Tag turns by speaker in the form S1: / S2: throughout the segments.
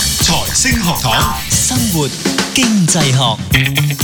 S1: 星學堂，
S2: 生活經濟學，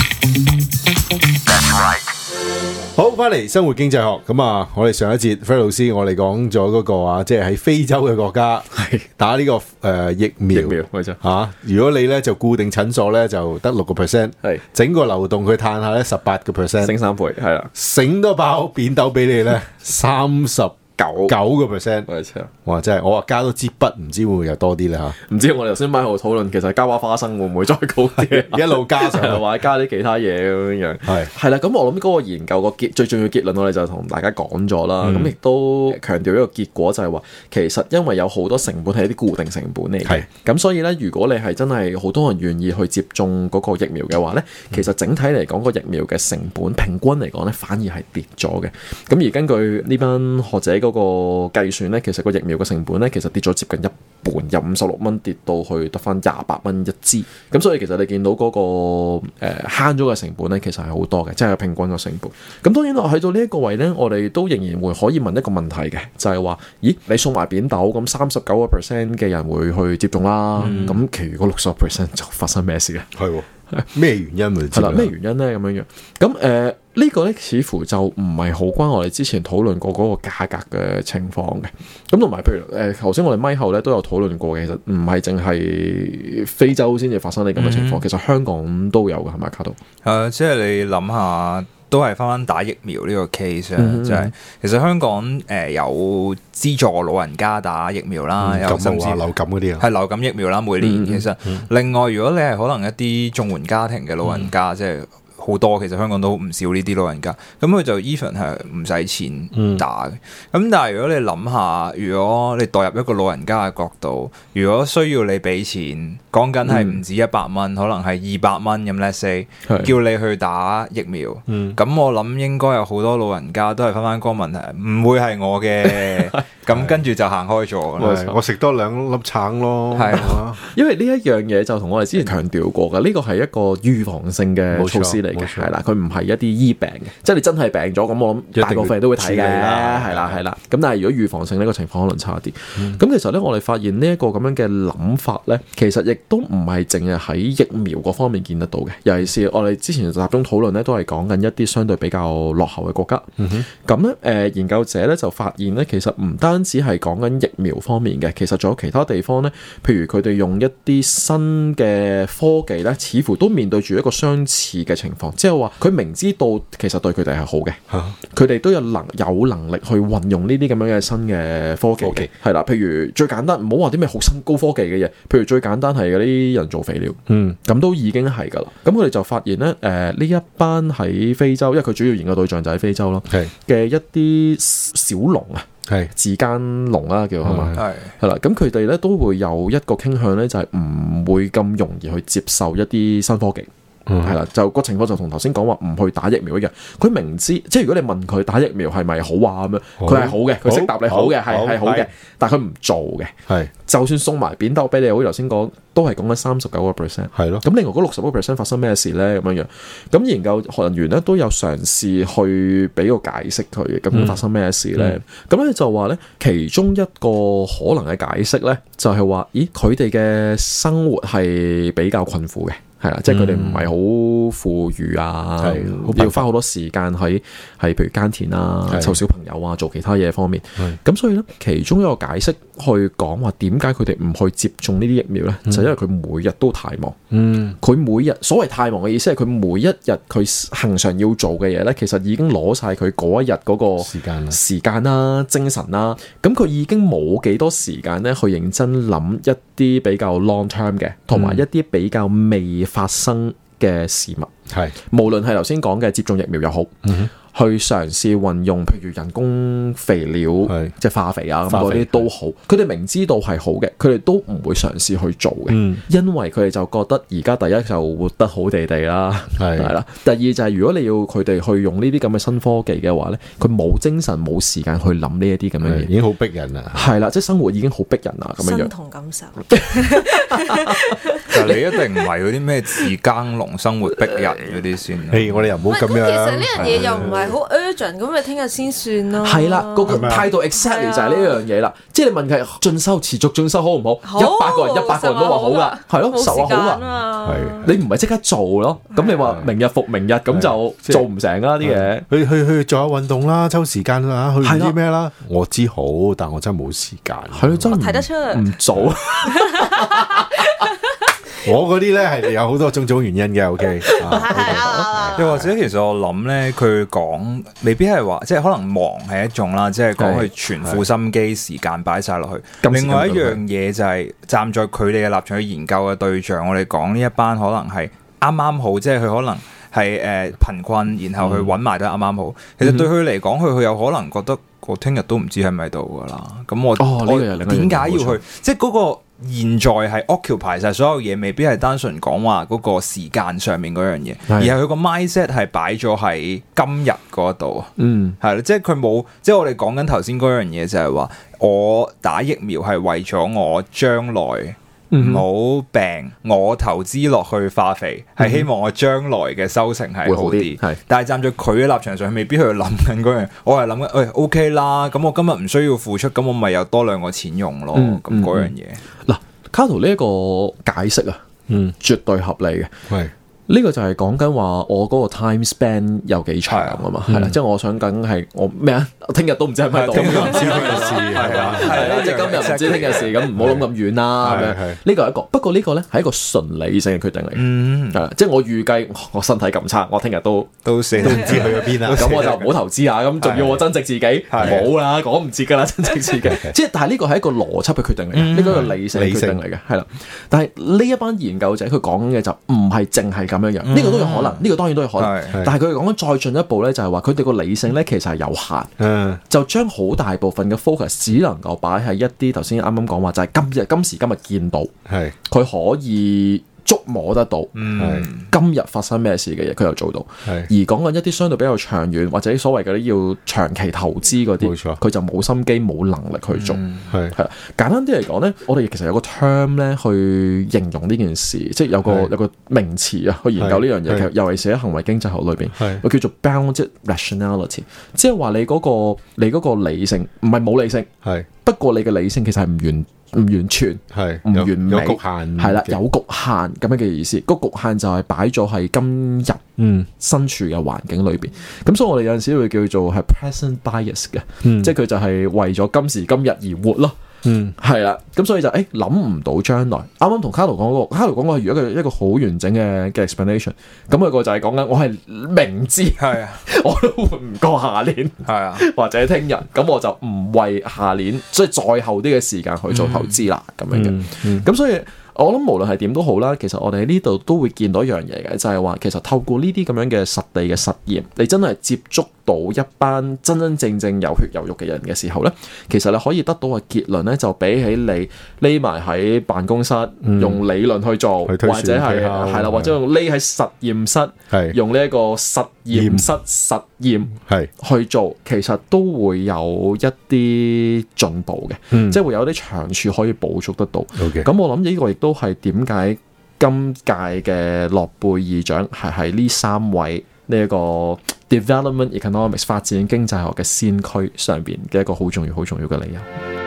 S3: 好，翻嚟生活經濟學咁啊！我哋上一節 Fred 老師，我哋講咗嗰個啊，即係喺非洲嘅國家
S4: 係
S3: 打呢、個誒、呃疫苗
S4: 疫苗冇錯
S3: 嚇、啊如果你咧就固定診所咧就得六個 percent，
S4: 係
S3: 整個流動佢嘆下咧十八個 percent，
S4: 升三倍，係啦，
S3: 醒多爆扁豆俾你咧三十九
S4: 九
S3: 個 percent，
S4: 我哋知啦
S3: 哇！真係我話加多支筆，唔知會唔會又多啲咧嚇？
S4: 唔知我哋頭先咪喺度討論，其實加把花生會唔會再高啲？
S3: 一路加上去
S4: 係 或者加啲其他嘢咁樣樣。
S3: 係
S4: 啊係啦，咁我諗嗰個研究個結最重要結論，我哋就同大家講咗啦。咁亦都強調一個結果就係話，其實因為有好多成本係一啲固定成本嚟
S3: 係
S4: 嘅，咁所以咧，如果你係真係好多人願意去接種嗰個疫苗嘅話咧，其實整體嚟講個疫苗嘅成本平均嚟講咧，反而係跌咗嘅。咁而根據呢班學者嗰個計算咧，其實個疫苗嘅成本咧，其實跌咗接近一半，由五十六蚊跌到去得翻廿八蚊一支。咁所以其實你見到嗰、個誒慳咗嘅成本咧，其實係好多嘅，即係平均個成本。咁當然啦，去到呢一個位咧，我哋都仍然會可以問一個問題嘅，就係、話：咦，你送埋扁豆咁三十九個 percent 嘅人會去接種啦，咁、其餘嗰六十 percent 就發生咩事咧？
S3: 係喎，咩原因會知
S4: 係
S3: 啊道
S4: 啦，咩原因咧？咁樣樣咁誒，呃呢個咧似乎就唔係好關我哋之前討論過嗰個價格嘅情況嘅。咁同埋譬如誒，頭、先我哋咪後咧都有討論過嘅，其實唔係淨係非洲先至發生呢咁嘅情況，
S3: 嗯
S4: 其實香港都有嘅，係咪卡度？
S2: 誒、即係你諗下，都係翻翻打疫苗呢個 case 啊，
S4: 嗯嗯
S2: 就係、其實香港誒、有資助老人家打疫苗啦，有
S3: 感
S2: 甚
S3: 冒
S2: 至
S3: 啊、流感嗰啲啊？
S2: 係流感疫苗啦，每
S3: 嗯
S2: 年、其實另外，如果你係可能一啲綜援家庭嘅老人
S3: 嗯
S2: 家，即係好多，其實香港都唔少呢啲老人家，咁佢就 even 係唔使
S3: 嗯
S2: 錢打嘅。咁、但係如果你諗下，如果你代入一個老人家嘅角度，如果需要你俾錢，講緊
S3: 嗯
S2: 係唔止一百蚊，可能係二百蚊咁 let's say，
S4: 係
S2: 叫你去打疫苗，咁、
S3: 嗯
S2: 我諗應該有好多老人家都係翻翻光問題，唔會係 我嘅，咁跟住就行開咗啦。
S3: 係我食多兩粒橙咯，
S2: 係
S3: 啊
S4: 因為呢一樣嘢就同我哋之前強調過嘅，呢個係一個預防性嘅
S3: 冇錯
S4: 措施嚟
S3: 冇
S4: 嘅，
S3: 錯
S4: 係啦，佢唔係一啲醫病嘅，即係你真係病咗，咁我
S3: 一
S4: 諗
S3: 定
S4: 大部分人都會睇嘅，
S3: 會處理啦
S4: 係啦係嗯啦。咁但係如果預防性呢個情況可能差啲。咁、其實咧，我哋發現呢一個咁樣嘅諗法咧，其實亦都唔係淨係喺疫苗嗰方面見得到嘅，尤其是我哋之前集中討論咧，都係講緊一啲相對比較落後嘅國家。咁咧誒，研究者咧就發現咧，其實唔單止係講緊疫苗方面嘅，其實仲有其他地方咧，譬如佢哋用一啲新嘅科技咧，似乎都面對住一個相似嘅情況，即係話佢明知道其實對佢哋係好嘅，佢哋都有能有能力去運用呢啲咁樣嘅新嘅科技
S3: 科技
S4: 嘅，係啦，譬如最簡單，唔好話啲咩好新高科技嘅嘢，譬如最簡單係嗰啲人造肥料。
S3: 嗯，
S4: 咁都已經係㗎啦，咁佢哋就發現咧，誒、呢一班喺非洲，因為佢主要研究對象就喺非洲咯，
S3: 係
S4: 嘅一啲小農啊，
S3: 係
S4: 自耕農啦啊叫係嘛，
S2: 係。
S4: 係啦，咁佢哋咧都會有一個傾向咧，就係唔會咁容易去接受一啲新科技。
S3: 嗯
S4: 係啦，就個情況就同頭先講話唔去打疫苗一樣。佢明知，即係如果你問佢打疫苗係咪好啊咁樣，佢係好嘅，佢識答你好嘅，
S3: 好
S4: 係係
S3: 好
S4: 好嘅
S3: 係，
S4: 但係佢唔做嘅。
S3: 係
S4: 就算送埋扁豆俾你，好似頭先講，都係講緊三十九個 percent。
S3: 係咯。
S4: 咁另外嗰六十個 percent 發生咩事咧？咁樣樣，咁研究學人員咧都有嘗試去俾個解釋佢嘅，究
S3: 嗯
S4: 竟發生咩事咧？咁咧、就話咧，其中一個可能嘅解釋咧，就係、話，咦，佢哋嘅生活係比較困苦嘅。係啦，即係佢哋唔係好富裕啊
S3: 嗯係好，
S4: 要花好多時間喺係譬如耕田啊、
S3: 係
S4: 湊小朋友啊、做其他嘢方面。咁所以咧，其中一個解釋去講話點解佢哋唔去接種呢啲疫苗咧，就因為佢每日都太忙。
S3: 嗯，
S4: 佢每日所謂太忙嘅意思係佢每一日佢行常要做嘅嘢咧，其實已經攞晒佢嗰一日嗰個
S3: 時間啦啊
S4: 時間啦、精神啦，咁佢已經冇幾多時間咧去認真諗一啲比較 long term 嘅，同
S3: 嗯
S4: 埋一啲比較未發生嘅事物。
S3: 係
S4: 無論係頭先講嘅接種疫苗又好，
S3: 嗯
S4: 去嘗試運用譬如人工肥料
S3: 係，
S4: 即係化肥啊咁
S3: 化
S4: 嗰
S3: 肥
S4: 啲都好，佢哋明知道係好嘅，佢哋都唔會嘗試去做嘅，
S3: 嗯
S4: 因為佢哋就覺得而家第一就活得好地地啦，
S3: 係
S4: 啦，第二就係如果你要佢哋去用呢啲咁嘅新科技嘅話咧，佢冇精神冇時間去諗呢一啲咁樣
S3: 係已
S4: 嘢。
S3: 經好逼人啦。
S4: 係啦，即係生活已經好逼人啦，咁樣樣
S5: 身。同感受，
S2: 但係你一定唔係嗰啲咩自耕農生活逼人嗰啲先啊啦。
S3: 嘿，我哋又唔
S1: 唔
S3: 好
S1: 係，咁
S3: 咁
S1: 其實呢
S3: 樣。
S1: 樣嘢又唔係好 urgent，咁咪聽日先算咯。
S4: 啊係啦，嗰個
S3: 係咪啊
S4: 態度 exactly 就
S1: 係
S4: 係
S1: 啊
S4: 呢樣嘢啦。即係你問佢進修持續進修好唔好？
S1: 好
S4: 一百個人一百個人都話好㗎，係咯，
S1: 冇
S4: 實話
S1: 時間
S4: 好
S1: 啊
S4: 㗎。
S1: 嘛。
S3: 係
S4: 你唔係即刻做咯，咁你話明日復明日咁就
S3: 啊即係
S4: 做唔成啦啲嘢。
S3: 去去去做下運動啦，抽時間啦，去唔
S4: 係啦
S3: 知咩啦。我知好，但我真係冇時間。
S4: 係咯，真係唔
S1: 睇得出
S4: 唔做，
S3: 我嗰啲咧係有好多種種原因嘅。OK，啊
S1: 係係啊，
S2: 又或者其實我諗咧，佢講未必係話，即係可能忙係一種啦，即係講佢全副心機時間擺晒落去。
S4: 今時
S2: 另外一
S4: 今日
S2: 樣嘢就係站在佢哋嘅立場去研究嘅對象，我哋講呢一班可能係啱啱好，即係佢可能。係誒、呃、貧困，然後去
S4: 嗯
S2: 揾埋都係啱啱好。其實對佢嚟講，佢佢有可能覺得我聽日都唔知喺咪度㗎啦。咁我
S4: 哦呢個
S2: 我
S4: 又另一樣
S2: 點解要
S4: 嘢冇錯
S2: 去？即係嗰個現在係 occupy 晒所有嘢，未必係單純講話嗰個時間上面嗰樣嘢，
S4: 係
S2: 而係佢個 mindset 係擺咗喺今日嗰度啊。
S4: 嗯，
S2: 係啦，即係佢冇，即係我哋講緊頭先嗰樣嘢就係話，我打疫苗係為咗我將來
S4: 嗯
S2: 唔好病，我投資落去化肥係希望我將來嘅收成係
S4: 會
S2: 好
S4: 好
S2: 啲
S4: 啲，嗯係
S2: 但係站在佢嘅立場上，佢未必去諗緊嗰樣，我係諗緊，喂 OK 啦，咁我今日唔需要付出，咁我咪有多兩個錢用咯，
S4: 嗯
S2: 咁嗰樣嘢。
S4: 嗱，卡圖呢一個解釋啊，
S3: 嗯，
S4: 絕對合理嘅。
S3: 係
S4: 呢個就係講緊話我嗰個 time span 有幾長啊嘛，係啦，即係我想緊係我咩啊？ 我聽日都唔知喺咪度，
S2: 聽日
S3: 唔知咩事係啊。
S4: 係啦，即係今日唔知聽日事，咁唔好諗咁遠啦。咁
S3: 係
S4: 樣
S3: 係
S4: 呢個係一個，不過呢個咧係一個純理性嘅決定嚟嘅，
S2: 嗯，
S4: 係啦，即係我預計哦我身體咁差，我聽日都。
S2: 都死
S3: 都唔知去咗邊 啊。
S4: 咁我就唔好投資啊！咁仲要我增值自己，冇啦，講唔切噶啦，增值自 己。即係但係呢個係一個邏輯嘅決定嚟嘅，
S2: 嗯
S4: 呢個係一個理性嘅決定嚟嘅，係啦。但係呢一班研究者佢講嘅就唔係淨係咁樣樣，呢個都有可能，呢個當然都有可能
S2: 嗯係。
S4: 但係佢哋講緊再進一步咧，就係話佢哋個理性咧其實係有限。
S3: 嗯，
S4: 就將好大部分嘅 focus 只能夠擺喺一啲頭先啱啱講話，就係今日今時今日見到
S3: 係
S4: 佢可以觸摸得到，
S2: 嗯，
S4: 今日發生咩事嘅嘢，佢又做到。
S3: 係
S4: 而講緊一啲相對比較長遠或者所謂嗰啲要長期投資嗰
S3: 冇
S4: 啲
S3: 錯，嗯
S4: 佢就冇心機冇能力去做。
S3: 係
S4: 係啦，簡單啲嚟講咧，我哋其實有個 term 咧去形容呢件事，即係有個
S3: 係
S4: 有個名詞啊，去研究呢樣嘢。
S3: 係
S4: 其實尤其是喺行為經濟學裏邊
S3: 係，
S4: 佢叫做 bounded rationality，即係話你嗰、個你嗰個理性唔係冇理性，
S3: 係
S4: 不過你嘅理性其實係唔完唔完全。
S3: 係
S4: 唔
S3: 有
S4: 完美
S3: 有局限嘅，
S4: 係啦，有局限咁樣嘅意思，個局限就係擺咗喺今日
S3: 嗯
S4: 身處嘅環境裏邊，咁所以我哋有陣時會叫做係 present bias 嘅，
S3: 嗯
S4: 即係佢就係為咗今時今日而活咯。
S3: 嗯
S4: 係啦，咁所以就誒諗唔到將來。啱啱同卡羅講過，卡羅講過，如果佢一個好完整嘅嘅 explanation，咁佢個就係講緊我係明知
S2: 係啊，
S4: 我都活唔過下年
S2: 係啊。
S4: 或者聽日，咁我就唔為下年，即係再後啲嘅時間去做投資啦，咁樣嘅。
S3: 嗯
S4: 咁所以我諗無論係點都好啦，其實我哋喺呢度都會見到一樣嘢嘅，就係話其實透過呢啲咁樣嘅實地嘅實驗，你真係接觸到一班真真正正有血有肉嘅人嘅時候呢，其實你可以得到嘅結論呢，就比起你匿埋喺辦公室
S3: 嗯
S4: 用理論去做，
S3: 去推算
S4: 或者係
S3: 推敲
S4: 係啦，或者用匿喺實驗室
S3: 係
S4: 用呢一個實驗室實驗。
S3: 係
S4: 去做，其實都會有一啲進步嘅，
S3: 嗯
S4: 即係會有啲長處可以捕捉得到。
S3: OK
S4: 咁我諗呢個亦都係點解今屆嘅諾貝爾獎係喺呢三位呢一個 development economics 發展經濟學嘅先驅上邊嘅一個好重要、好重要嘅理由。